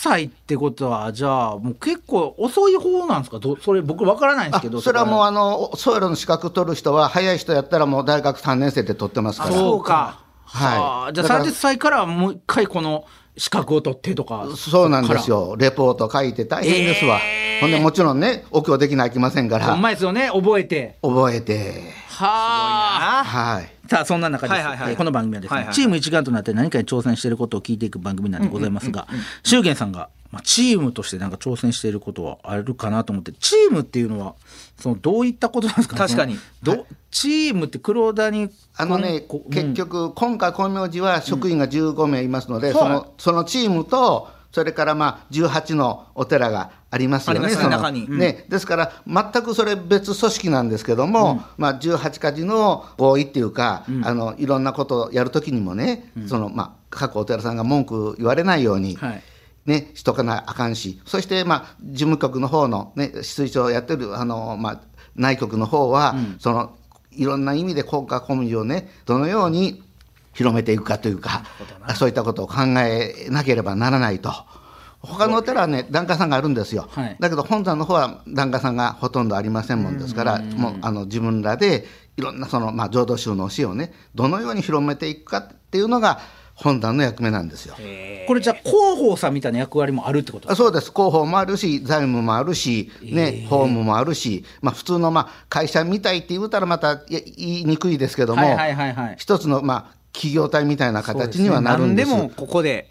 B: 歳ってことはじゃあもう結構遅い方なんですかどそれ僕わからないんです
D: あ
B: けど
D: それはもう
B: う
D: あの僧侶の資格取る人は、早い人やったらもう大学3年生で取ってますから、
B: そうか
D: はい
B: はあじゃあ
D: だから
B: 30歳からもう一回この資格を取ってとか
D: そうなんですよ、レポート書いて大変ですわ、ほんでもちろんね、お経できないきませんか
B: ほん
D: ら、
B: まですよね覚えて
D: 覚えて、
B: はあ
D: はい、
B: さあそんな中です、
F: はいはいはい
B: えーこの番組はですね、
F: はいはい
B: チーム一丸となって何かに挑戦していることを聞いていく番組なんでございますが祝言、さんが、まあ、チームとしてなんか挑戦していることはあるかなと思ってチームっていうのはそのどういったことなんですかね
F: 確かに
B: そのどチームって黒田に
D: あのね、
B: こんこ
D: 結局、今回、本明寺は職員が15名いますので、そのそのチームと、それからまあ18のお寺がありますよ
F: あ
D: ね、
F: りますね
D: その
F: 中に
D: ねですから、全くそれ、別組織なんですけども、まあ、18か寺の合意っていうか、あのいろんなことをやるときにもね、そのまあ、各お寺さんが文句言われないように。
B: はい
D: ね、しとかなあかんし、そして、まあ、事務局の方のね、推奨をやってる、あの、まあ、内局の方は、その、いろんな意味で国家公務員をね、どのように広めていくかというか、そういったことを考えなければならないと。他のお寺はね、檀家さんがあるんですよ。
B: はい
D: だけど、本山の方は檀家さんがほとんどありませんもんですから、もう、あの、自分らで、いろんな、その、まあ、浄土宗の教えをね、どのように広めていくかっていうのが、本山の役目なんですよ。
B: これじゃあ広報さんみたいな役割もあるってこと
D: あそうです広報もあるし財務もあるし、ね法務もあるし、まあ、普通のまあ会社みたいって言うたらまたいや言いにくいですけども、
B: はいはいはいはい
D: 一つのまあ企業体みたいな形にはなるんです
F: 何でもここで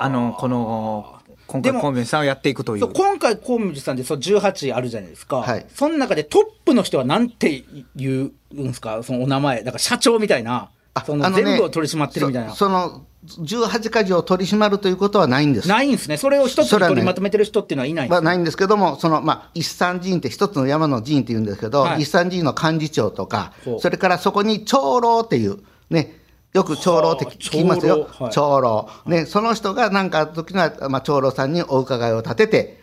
F: あのこの今回
B: でも
F: コンビニさんをやっていくとい
B: そうう今回河野さんでそう18あるじゃないですか、
D: はい
B: その中でトップの人はなんて言うんですかそのお名前だから社長みたいなその
D: あのね
B: 全部を取り締まってるみたいな、
D: そその18か条を取り締まるということはないんです。
B: ないんですねそれを一つ
D: そ
B: に
D: れはね
B: 取りまとめてる人っていうのはいないんで
D: は
B: すね
D: ないんですけども、そのまあ、一山寺院って一つの山の寺院って言うんですけど、
B: はい
D: 一山寺院の幹事長とか
B: ほう、
D: それからそこに長老っていう、ね、よく長老って
B: はあ
D: 聞きますよ、
B: 長老はい
D: 長老、ね、その人が何かあった時には、まあ、長老さんにお伺いを立てて、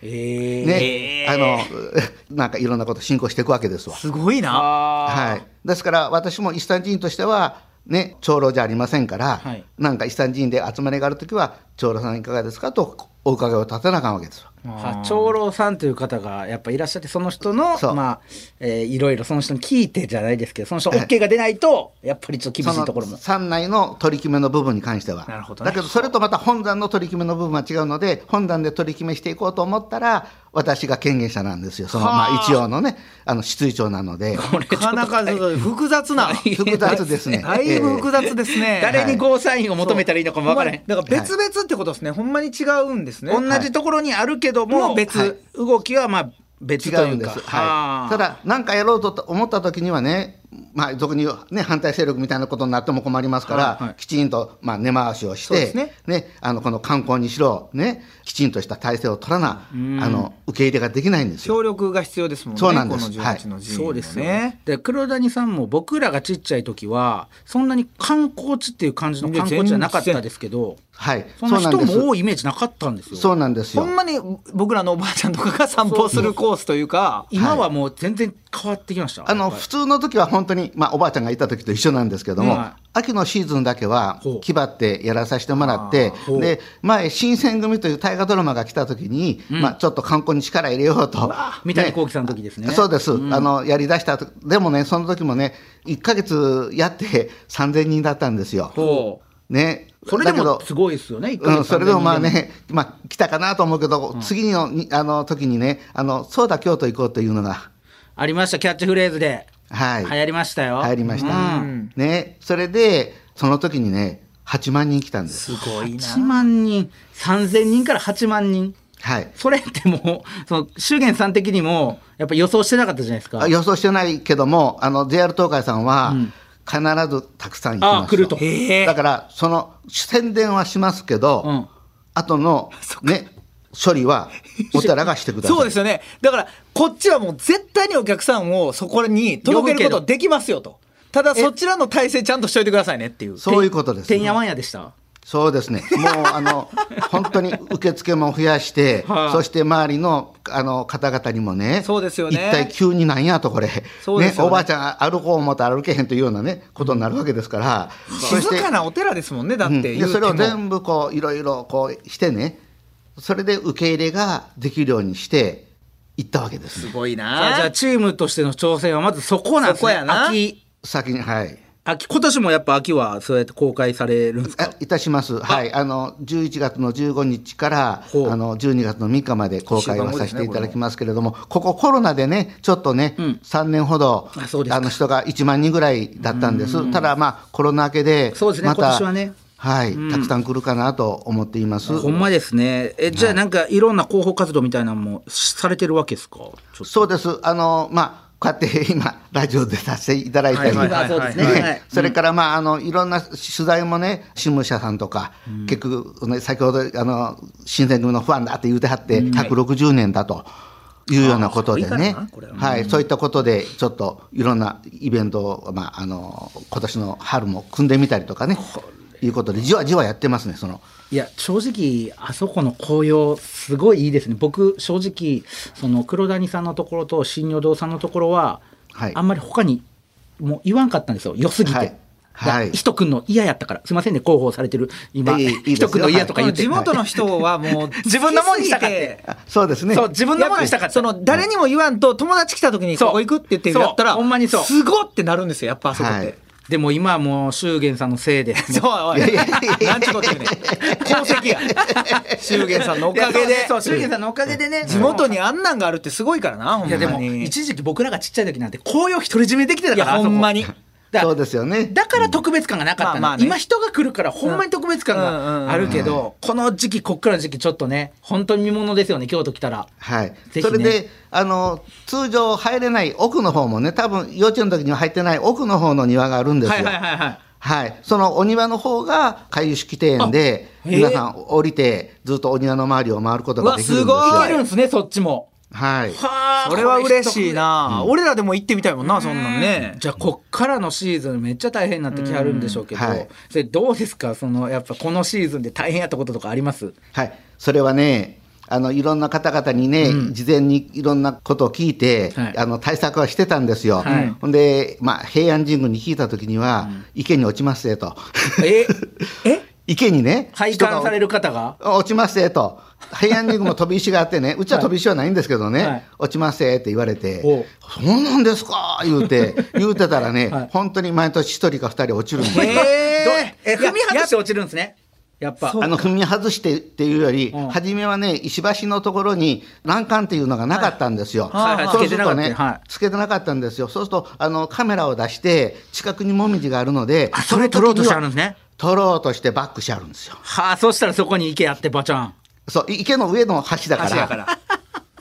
D: ね、あの、 なんかいろんなこと進行していくわけですわ。
F: すごいな
D: はい、ですから私も一山寺院としては、ね、長老じゃありませんから、
B: はい
D: なんか一山寺院で集まりがあるときは長老さんいかがですかとお伺いを立てなあかんわけですわ。
B: は長老さんという方がやっぱいらっしゃってその人の
D: そう
B: まあ、えーいろいろその人に聞いてじゃないですけどその人 OK が出ないとやっぱりちょっと厳しいところ
D: そ
B: も
D: の山内の取り決めの部分に関しては
F: なるほどね
D: だけどそれとまた本山の取り決めの部分は違うので本山で取り決めしていこうと思ったら私が権限者なんですよそのまあ一応のねあの室長なので
F: なかなか 複雑な
D: 複雑ですね
F: だいぶ複雑ですね
B: 誰にゴーサインを求めたらいいのかも分からへん、
F: だから別々ってことですね、ほんまに違うんですね
B: 同じところにあるけども、
F: もう別
B: はい動きはまあ
D: 違
B: 別といううん
D: で
B: か
D: す、はい、ただ何かやろうと思った時にはねまあ俗に言う、ね、反対勢力みたいなことになっても困りますから、きちんと、まあ、根回しをし
F: そうで
D: て
F: すね
D: あのこの観光にしろ、ね、きちんとした体制を取らな、あの受け入れができないんですよ。
F: 協力が必要ですもんね
D: そうなんです
F: この18の人員もね、
B: そうですよね。で黒谷さんも僕らがちっちゃい時はそんなに観光地っていう感じの観光地じゃなかったですけど
D: はい、
B: そんな人
D: うなんです
B: も多いイメージなかったんですよ
D: そうなんですよ
F: ほん。まに僕らのおばあちゃんとかが散歩するコースというか
B: 今はもう全然変わってきました、
D: あの普通の時は本当に、まあ、おばあちゃんがいた時と一緒なんですけども、
B: ねは
D: 秋のシーズンだけは
B: ほう
D: 気張ってやらさせてもらって
B: う
D: で前「新選組」という大河ドラマが来た時に、まあ、ちょっと観光に力入れようと。
B: 三谷幸喜さんの時ですね
D: そうです、あのやりだしたとでもねその時もね1か月やって3000人だったんですよ。
B: ほ
D: ね、
B: それで
D: だけ
B: も
D: ど
B: すごいですよね、一ヶ
D: う
B: 月
D: ん、それでもまあね、まあ、来たかなと思うけど、次のにあの時にねあのそうだ京都行こうというのが、
B: ありましたキャッチフレーズで
D: はい、
B: 流行りましたよ
D: 入りました、ねそれでその時にね8万人来たんです
F: すごい
B: 8万人3000人から8万人
D: はい
B: それってもうその修玄さん的にもやっぱ予想してなかったじゃないですか
D: あ予想してないけどもあの JR 東海さんは必ずたくさん行きますよ
B: あ来ると
F: へえ
D: だからその宣伝はしますけど、
B: うん
D: 後のね処理はお寺がしてください
F: そうですよねだからこっちはもう絶対にお客さんをそこに届けるこ
B: 呼ぶ
F: とできますよとただそちらの体制ちゃんとしといてくださいねっていう
D: そういうことです
B: てんやわんやでした
D: そうですね、もうあ の本当に受付も増やして、
B: はい
D: そして周りのあの方々にもね、
F: そうですよね
D: 一体急になんやと、これ、
F: そうですよね
D: おばあちゃんが歩こう思ったら歩けへんというようなね、ことになるわけですから、そ
F: 静かなお寺ですもんねだっ
D: うん
F: て言
D: で
F: う
D: そ
F: て
D: れ
F: も、
D: を全部こういろいろこうしてね、それで受け入れができるようにしていったわけです、
F: すごい
B: さあじゃあ
F: な
B: チームとしての挑戦はまずそこなんです
F: そこ
B: ね
F: やな
B: 秋
D: 先に、はい、
B: 秋今年もやっぱ秋はそうやって公開されるんですか
D: あいたします。はい。あの、11月の15日から、
B: ほう
D: あの、12月の3日まで公開をさせていただきますけれども、ここコロナでね、ちょっとね、3年ほど、
B: あそうですか
D: あの、人が1万人ぐらいだったんです。ただ、まあ、コロナ明けで、
B: そうですね
D: また
B: 今年はね
D: はい、たくさん来るかなと思っています。
B: ほんまですねえじゃあなんかいろんな広報活動みたいなのもされてるわけですかちょっと
D: そうです。あの、まあ、こうやって 今、ラジオでさせていただいたり、
B: はいはいはいはい
D: ね
B: はいはい
D: それから、まあ、あの、いろんな取材もね、新聞社さんとか、結局、ね、先ほど、あの、新選組のファンだって言うてはって、160年だと。いうようなことで
B: あーそういい
D: ね
B: かなこれ、は
D: はい、そういったことで、ちょっといろんなイベントを、まあ、あの、今年の春も組んでみたりとかね。いうことで、じわじわやってますね、その。
B: いや正直あそこの紅葉すごいいいですね僕正直その黒谷さんのところと新女堂さんのところは、
D: はい
B: あんまり他にもう言わんかったんですよ良すぎて。
D: はいはい
B: 人くんの嫌やったからすいませんね広報されてる今
D: いいいいですよ
B: 人くんの嫌とか言って
F: 地元の人は もう
B: 自分のもんにしたかって
D: あそうですね。
B: そう自分のものにしたかった
F: その誰にも言わんと友達来た時に
B: そう
F: ここ行くって言って
B: そう
F: やったら
B: ほんまにそう
F: すごってなるんですよやっぱあそこって、
D: はい
B: でも今はもう祝言さんのせい で
F: そうおい
D: いやいや
F: なんちゅうこと言うねん功績や祝言さんのおかげで
B: そう祝言さんのおかげでね
F: 地元にあんなんがあるってすごいからなほんまに
B: いやでも
F: い
B: 一時期僕らがちっちゃい時なんて紅葉独り占めできてたから
F: や
B: あそ
F: ほ
B: こ
F: んまに
B: だ
D: そうですよね。
B: だから特別感がなかったの、
F: うんまあまあね
B: 今人が来るからほんまに特別感
F: うんうんうん
B: があるけど、この時期こっからの時期ちょっとね本当に見ものですよね京都来たら
D: はい、
B: ひね
D: それであの通常入れない奥の方もね多分幼稚園の時には入ってない奥の方の庭があるんですよ。
B: はいはいはいはい
D: はいそのお庭の方が回遊式庭園で
B: あへえ
D: 皆さん降りてずっとお庭の周りを回ることができるんです
F: う
D: よ。
F: わすご
B: 行
F: い
B: けるんですねそっちも
D: はい、
B: は
F: それは嬉しいな俺らでも行ってみたいもんなそんなんね
B: じゃあこっからのシーズンめっちゃ大変になってきはるんでしょうけど、
D: うんはい
B: それどうですかそのやっぱこのシーズンで大変やったこととかあります
D: はい、それはねあのいろんな方々にね、事前にいろんなことを聞いて、
B: はい
D: あの対策はしてたんです
B: は
D: よ、
B: い
D: ほんで、まあ、平安神宮に聞いた時には、池に落ちますぜと
B: ええ
D: 池にね
B: 拝
D: 人が
B: 観される方が
D: 落ちますえと平安神宮も飛び石があってねうちは飛び石はないんですけどね、
B: はい
D: 落ちますえって言われて
B: おう
D: 「そうなんですか」言 うて言うてたらね、
B: はい
D: 本当に毎年一人か二人落ちるんですよ
B: どえ踏み外して落ちるんですねやっぱ
D: あの踏み外してっていうより、
B: うん
D: 初めはね、石橋のところに欄干っていうのがなかったんですよ。
B: はいはいはい
D: そうすると
B: つけて
D: ね
B: なかったよはい、
D: つけてなかったんですよ。そうすると、あのカメラを出して、近くにもみじがあるので、
B: あそれ撮ろうとしてあるんですね
D: 撮ろうとしてバックしてあるんですよ。
B: はあそしたらそこに池あってばちゃん
D: そう、池の上の橋だから、
F: 橋やから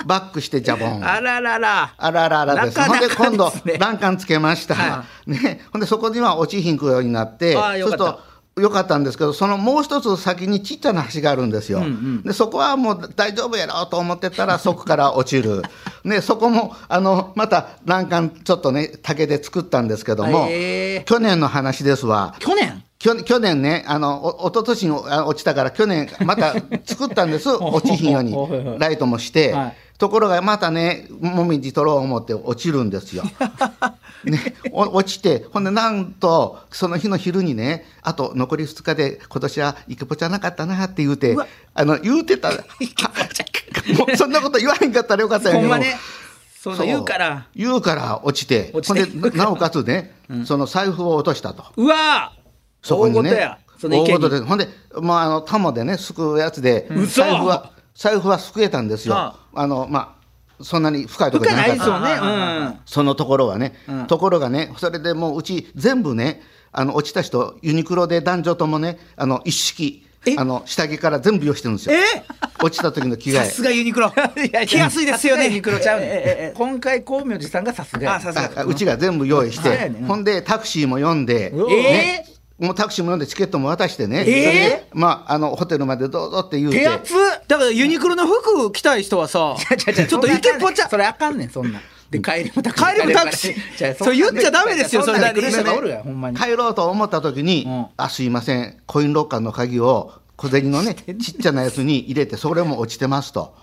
D: バックしてジャボン。
B: あららら
D: あらららです。
B: なかなか
D: ほんで今
B: ですね
D: 度、欄干つけました。ね。ほんで、そこには落ちひんくようになって、
B: あーよ
D: そ
B: か
D: うす
B: っ
D: る
B: た
D: と、よかったんですけど、そのもう一つ先にちっちゃな橋があるんですよ。で、そこはもう大丈夫やろうと思って たら、そこから落ちる。ね、そこも、あの、また欄干ちょっとね、竹で作ったんですけども
B: へー、
D: 去年の話ですわ。
B: 去年
D: 去去年ね、あの、お一昨年にあ落ちたから、去年また作ったん です、落ちひんように
B: ほうほうほうほう。
D: ライトもして。
B: はい
D: ところがまたね、もみじ取ろう思って落ちるんです よ。ね、お落ちて、ほんでなんと、その日の昼にね、あと残り2日で、今年はイケポチャなかったなって言うて、あの、言うてた。はもうそんなこと言わへんかったらよかったんや
B: ほ
D: け
B: ん
D: ど
B: まねそ
D: そ
B: の言うから
D: 言うから落ちて。
B: 落ちて
D: ほんで、ななおか つね、その財布を落としたと。
B: うわー
D: そこに
B: 大事
D: ね
B: や。その池
D: 大
B: に
D: 事でほんで、まあ、あの、タモでね、すくうやつで、
B: 嘘
D: 財布は、財布はすくえたんですよ。
B: は
D: あの、まあ、そんなに深いとこ
B: 深
D: ろ
B: い
D: じゃな
B: ない
D: か
B: です
D: った。
B: よねうん
D: そのところはね、
B: うん
D: ところがね、それでもううち全部ね、あの落ちた人、ユニクロで男女ともね、あの一式、あの下着から全部用意してるんですよ。落ちた時の着替
F: さ
D: え。
F: すがユニク ロ着やすいですよね
B: さがユニクロちゃうねん
F: ええええ
B: 今回光明寺さん がさすがや
F: あさすが
D: あうちが全部用意し
B: あそうや
D: て、
B: ねん
D: ほんでタクシーも呼んで、
B: お
D: ねもうタクシーも呼んでチケットも渡してね、それでまあ、あのホテルまでどうぞって言うて
F: 手厚だからユニクロの服着たい人はさちょっとイケポチャ
B: それあかんねんそんなんで帰りもタクシー
F: 帰りもタクシー
B: じゃあ
F: そう言っちゃダメですよ
B: そん
F: それだ
B: なん
F: け
B: 来る人がおるやほんまに
D: 帰ろうと思った時に、
B: うん
D: あすいませんコインロッカーの鍵を小銭 のねちっちゃなやつに入れてそれも落ちてますと。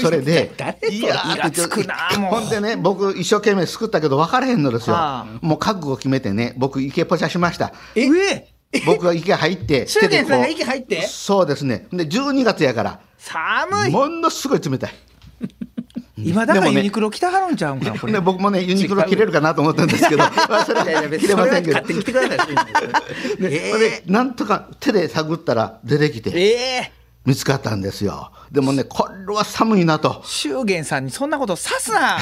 D: それで
B: 誰、
D: いや
B: それイ
D: ー
B: ラ
D: って
B: つくなもう
D: ほんでね、僕、一生懸命救ったけど、分からへんのですよ
F: は。
D: もう覚悟を決めてね、僕、池ポチャしました。
F: ええ
D: 僕が池 入って、
B: 終電さんが
D: 手で
B: 息
D: こう
B: 入って
D: そうですね。で、12月やから、
F: 寒い
D: ものすごい冷たい。
C: 今だから
D: でもね
C: ユニクロ着たはるんちゃうんかなこれ
D: ね、僕もねユニクロ着れるかなと思ったんです けど、まあ、それ
C: いやいや
D: は
C: 別
D: 着
C: に
D: れ
C: そ
D: ま
C: れ
D: せ
C: は
D: んけど
C: 勝手に着てください
D: でそれなんとか手で探ったら出てきて
C: ええ
D: 見つかったんですよでもねこれは寒いなと
C: 祝言さんにそんなことさ すな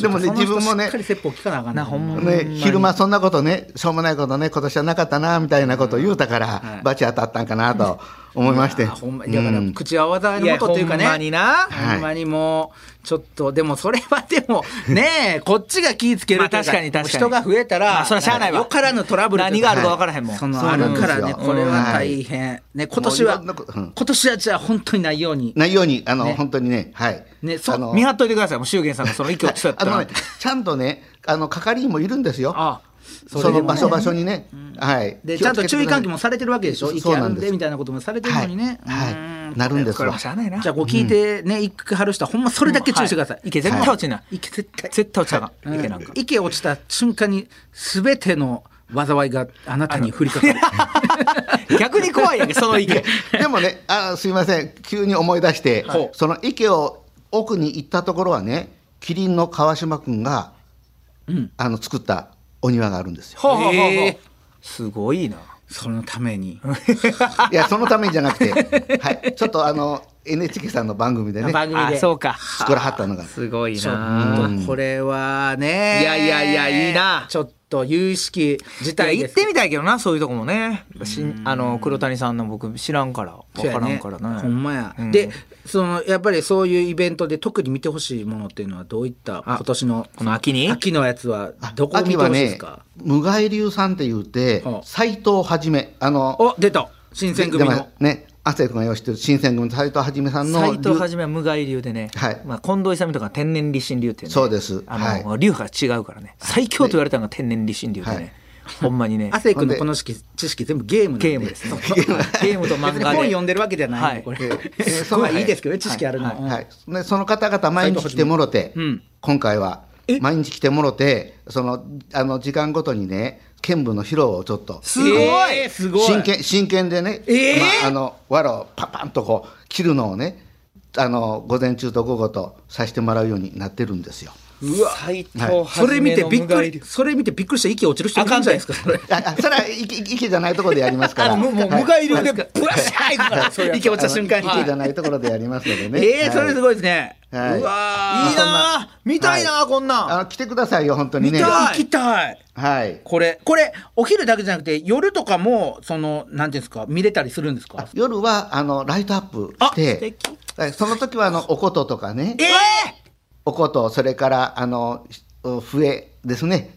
D: でもね自分も
B: しっ
D: ね
B: かり説法聞かなあかん
C: なほんま
D: ね、昼間そんなことねしょうもないことね今年はなかったなみたいなことを言うたから、
B: はい
D: バチ当たったんかなと思いまして
B: あほんまだから
D: うん
B: 口は災いのことというかね
C: いやほんまにな
B: ほんまにもうちょっとでもそれはでも ねえこっちが気ぃつけるという
C: まあ確かに確かに
B: 人が増えたら、
C: まあそれはしゃあないわ
B: よからぬトラブルという
C: 何があるか分からへんもん
B: その
D: そう
B: あ
D: なん
B: る
D: です
B: か
D: よ
B: らねこれは大変、ね今年は
D: もういろんなことうん
B: 今年はじゃあ本当にないように
D: ないようにあの、本当にねはい
B: ねそう
D: あの
C: 見張っといてくださいもう祝言さんがその息をつたった
D: あの
C: ら
D: ねちゃんとねあの係員もいるんですよ
B: あ
D: そ
B: れでも
D: の場所場所にね、はい
B: でちゃんと注意喚起も
D: さ
B: されてるわけでしょ
D: そう
B: 意
D: そう
B: 見
D: な
B: ある
D: ん
B: ん
D: です
B: でみたいなこともされてるのにね、
D: はいう
B: ーん
D: なるんです
C: これ
D: よ
C: はしゃあないな
B: じゃあこう聞いてね、一句張る人はほんまそれだけ注意してください。
C: はい池絶対落ちない
B: はい池絶対。
C: 絶対落ちたらあかん
B: 池
C: 池
B: な
C: なんん
B: か
C: か。
B: 池落ちた瞬間に全ての災いがあなたに降りかかる。
C: 逆に怖いやんけその 池
D: でもねあすいません急に思い出して、
B: はい
D: その池を奥に行ったところはねキリンの川島君が、あの作ったお庭があるんです よ
C: ほうほうほうほう
B: え
C: すごいな
B: そのために。
D: いやそのためにじゃなくて、はい、ちょっとあの NHK さんの番組でね
B: 番組で
C: あそうか
D: 作らはったのが
C: すごい
B: ちょ
C: な
B: っとこれはね。
C: いやいやいやいいな
B: ちょっと有意識自体
C: いや行ってみたいけどなそういうとこもねしあの黒谷さんの僕知らんから分からんからな、
B: ほんまや、
C: うん
B: でそのやっぱりそういうイベントで特に見てほしいものっていうのはどういった今年の
C: この秋に
B: 秋のやつは
D: あ
B: どこを見て
D: 秋
B: ほし
D: はい
B: です
D: ね
B: か、
D: 無害流さんって言うて
B: はあ
D: 斎藤はじめあの
B: お出た新選組
D: で
B: の
D: もね亜生君が用意してる新選組の斎藤はじめさんの
C: 斎藤
D: 流
C: はじめは無害流でね、
D: はい
C: まあ、近藤勇とか天然理心流ってね
D: そうです
C: あの、流派が違うからね最強と言われたのが天然理心流でね、
D: はい
C: ほんまにね
B: 亜生君のこの知識知識全部 ゲームなん
C: ゲームですねゲームと漫画で
B: 別に本読んでるわけじゃないんで、
C: はい
B: これ、
D: ええ
B: すごいいいですけどね知識あるの、うん
D: はい、でその方々毎日来てもろて、
B: ん
D: 今回は毎日来てもろてそのあの時間ごとにね剣舞の披露をちょっと
C: すごい、
B: えーすごい
D: 真剣真剣でね、
B: ええ
D: まあ、あの藁をパパンとこう切るのをねあの午前中と午後とさせてもらうようになってるんですよ。
C: うわ斎藤はじめの
B: それ見てびっ
C: 無
B: くり
C: 害流
B: それ見てびっくりして息落ちる人いるんじゃないですかそれ
D: ああそれは池池じゃないところでやりますから。
C: もうもう無害流でブワッシャーいくからそういうやつ
B: 息落ちた瞬間に、
D: 池じゃないところでやりますのでね。
B: ええそれす
D: い。
B: ごいですね、
D: はいう
B: わー
C: いいなー見たいなーこんなん
D: あの来てくださいよ本当にね。
B: 行きたい
D: はい。
B: これこれお昼だけじゃなくて夜とかもそのなんていうんですか見れたりするんですか
D: 夜はあのライトアップ
B: あ
D: し
B: 素
D: て
B: 敵、
D: はいその時はあのおこととかね、
B: え
D: おことそれからあのし笛ですね、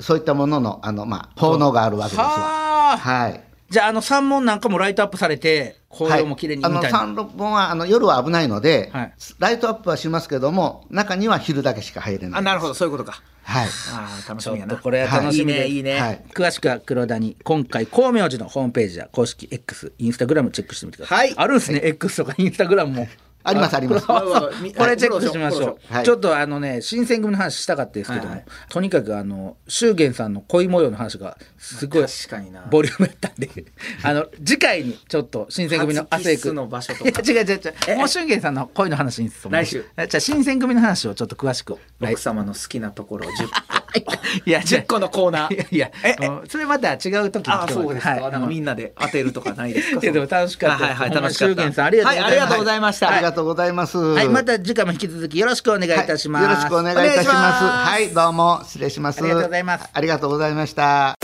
D: そういったもののあのまあ奉納があるわけですよ。
B: はあ
D: はい。
B: じゃああの三門なんかもライトアップされて紅葉も綺麗に
D: は
B: み
D: い、あの
B: たいな、
D: 三六本はあの夜は危ないので、
B: はい
D: ライトアップはしますけども中には昼だけしか入れない
C: あなるほどそういうことか
D: はい
C: あー楽
B: ち
C: し
B: ょ
C: みや
B: っ
C: な
B: とこれは楽しみで、
C: はいいいねいいね
D: はい
B: 詳しくは黒田に今回光明寺のホームページや公式 X インスタグラムチェックしてみてください、
C: はい
B: あるんですね、X とかインスタグラムも
D: ありますあります
B: そうそう
C: は い
B: これチェックしましょう、
D: はい
B: ちょっとあのね新選組の話したかったですけども、とにかくあの祝言さんの恋模様の話がすごい
C: 確かにな
B: ボリュームやったんで あの次回にちょっと新選組の亜
C: 初キ
B: 生
C: ッス
B: 君
C: の場所 と
B: い
C: か
B: や違う違う違うもう祝言さんの恋の話に進む
C: 来週
B: じゃあ新選組の話をちょっと詳しく来
C: 奥様の好きなところを10
B: いや
C: 個10個のコーナ
B: いや
C: ー
B: いやもうそれまた違う時に
C: ああそうですか、
B: はい
C: なんかみんなで当てるとか ないですか
B: いやでも楽しかったです
C: あはいはい楽しか
B: ほ
C: っ
B: んま祝
C: た
B: 言さんありがとうございます
C: はありがとうございました、
D: ありがとうございます、は
B: はい、また次回も引き続きよろしくお願いいたします、
D: よろしくお願いいた
B: お願いし
D: します
B: ます
D: はいどうも失礼します
B: ありがとうございます
D: ありがとうございました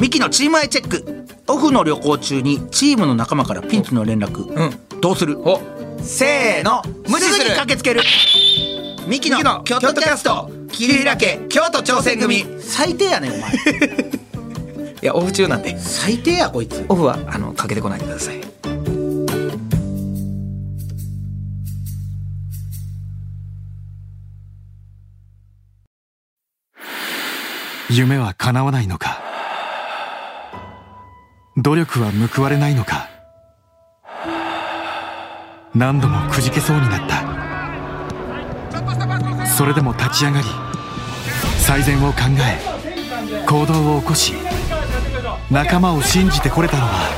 B: ミキのチームアイチェックオフの旅行中にチームの仲間からピンチの連絡、うん、どうするお
C: せーの無視す
B: すぐ
C: る
B: に駆けつけるミキの京都キャスト桐平家京都挑戦組最低やねんお前
C: いやオフ中なんで
B: 最低やこいつ
C: オフはあのかけてこないでください
G: 夢は叶わないのか努力は報われないのか何度もくじけそうになったそれでも立ち上がり最善を考え行動を起こし仲間を信じてこれたのは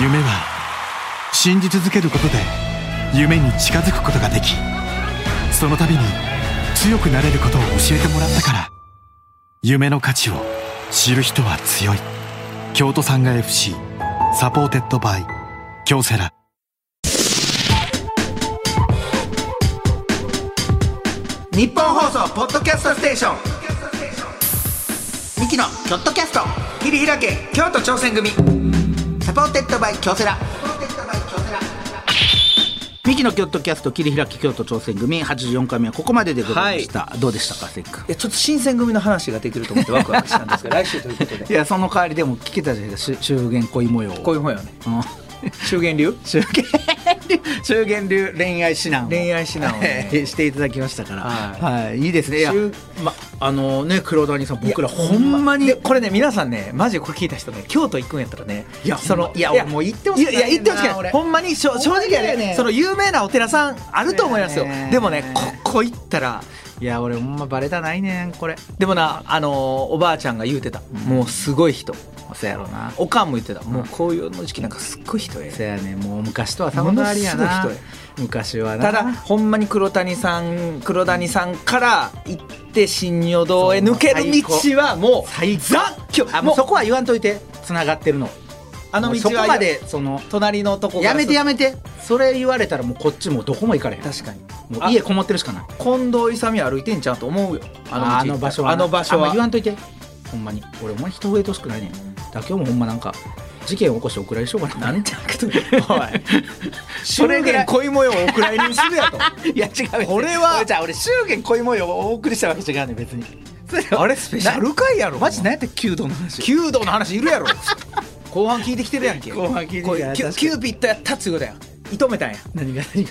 G: 夢は信じ続けることで夢に近づくことができその度に強くなれることを教えてもらったから夢の価値を知る人は強い京都産が FC サポーテッドバイ京セラ
C: 日本放送ポッドキャストステーションミキのキョットキャスト切り開け京都挑戦組サポーテッドバイ京セラ
B: ミキの京都キャスト切り開き京都挑戦組84回目はここまででございました、どうでしたかせっか
C: いやちょっと新選組の話ができると思ってワクワクしたんですが 来週ということで
B: いやその代わりでも聞けたじゃない ですかし中元恋模様
C: こういう本よね
B: うん
C: 中元流
B: 中元流中元流恋愛指南を
C: 恋愛指南を ね
B: していただきましたから、は、
C: はい
B: い、いですねいや
C: 中、
B: ま、あのね黒谷さん僕らほんまに
C: でこれね皆さんねマジでこれ聞いた人ね京都行くんやったらね
B: いやほ
C: そ
B: ん
C: の
B: まいやもう行ってほしくない
C: いや行ってほしく
B: な俺
C: ないほんまにしょ正直や
B: ほんまに
C: ね
B: やね
C: その有名なお寺さんあると思いますよ
B: そうやね
C: でもねここ行ったら
B: いや俺ほんまバレたないねんこれ
C: でもなあのーおばあちゃんが言うてたもうすごい人
B: そうやろうな
C: おかんも言ってたもう紅葉の時期なんかすっごい人ええ
B: そうやねもう昔とは様変わりや
C: ものす
B: な
C: ごい人
B: 昔はな
C: ただほんまに黒谷さん黒谷さんから行って新淀堂へ抜ける道はも
B: 最
C: う
B: 高
C: ザ今
B: あ
C: 日
B: も
C: も
B: う
C: う
B: そこは言わんといてつながってるの
C: あの道は
B: そこまでその
C: 隣のとこ
B: やめてや
C: め
B: めてそれ言われたらもうこっちもうどこも行かれへん
C: 確かに
B: もう家こもってるしかない
C: 近藤勇歩いてんちゃうと思うよ
B: あ
C: あ
B: の
C: の道
B: 場所は
C: あの場所
B: あんま言わ
C: は
B: んといてほんまに俺お前人増えてほしくないねんだから今日もほんまなんか事件起こしてお蔵入りしようかななんちゃくと
C: それで恋模様をお蔵入りにす るやと
B: いや違う
C: これは
B: 俺じゃあ俺祝言恋模様をお送りしたわけじゃ違うねん別にそれ
C: あれスペシャル回やろ
B: マジ何やった弓道の話
C: 弓道の話いるやろ後半聞いてきてるやんけ
B: 後半聞いてきてる
C: こう
B: いや
C: キュ
B: 確か
C: キ
B: に
C: ューピッドやったっつうことや射止めたんや
B: 何が何が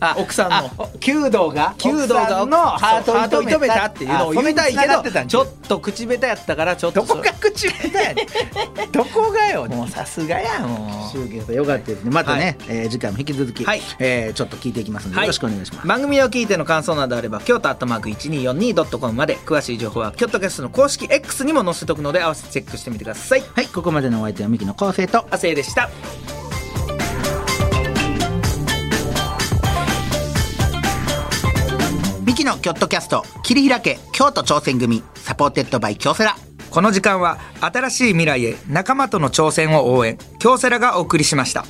B: あ
C: 奥さんの
B: あ弓道が
C: 弓道が
B: 奥さんのハートを
C: ハートを射
B: 射
C: 止
B: 止め
C: めた
B: た
C: っていうのを言いた
B: あそれ
C: い
B: に繋がって
C: け
B: た
C: ど
B: ん
C: ち
B: じゃ
C: ょ
B: ん
C: っと口下手やったからちょっと
B: どこが口下手やね んどこがよ
C: もうさすがやもう
B: 祝言さんよかったですねまたね、
C: はい
B: えー次回も引き続き、
C: はい
B: えーちょっと聞いていきますので、
C: はい
B: よろしくお願いします
C: 番組を聞いての感想などあれば京都アットマーク 1242.com まで詳しい情報は京都キャストの公式 X にも載せておくので合わせてチェックしてみてください
B: はいここまでのお相手はミキの昴生と
C: 亜生でした
B: ミキのキョットキャスト切り開け京都挑戦組サポーテッドバイ京セラ
C: この時間は新しい未来へ仲間との挑戦を応援京セラがお送りしました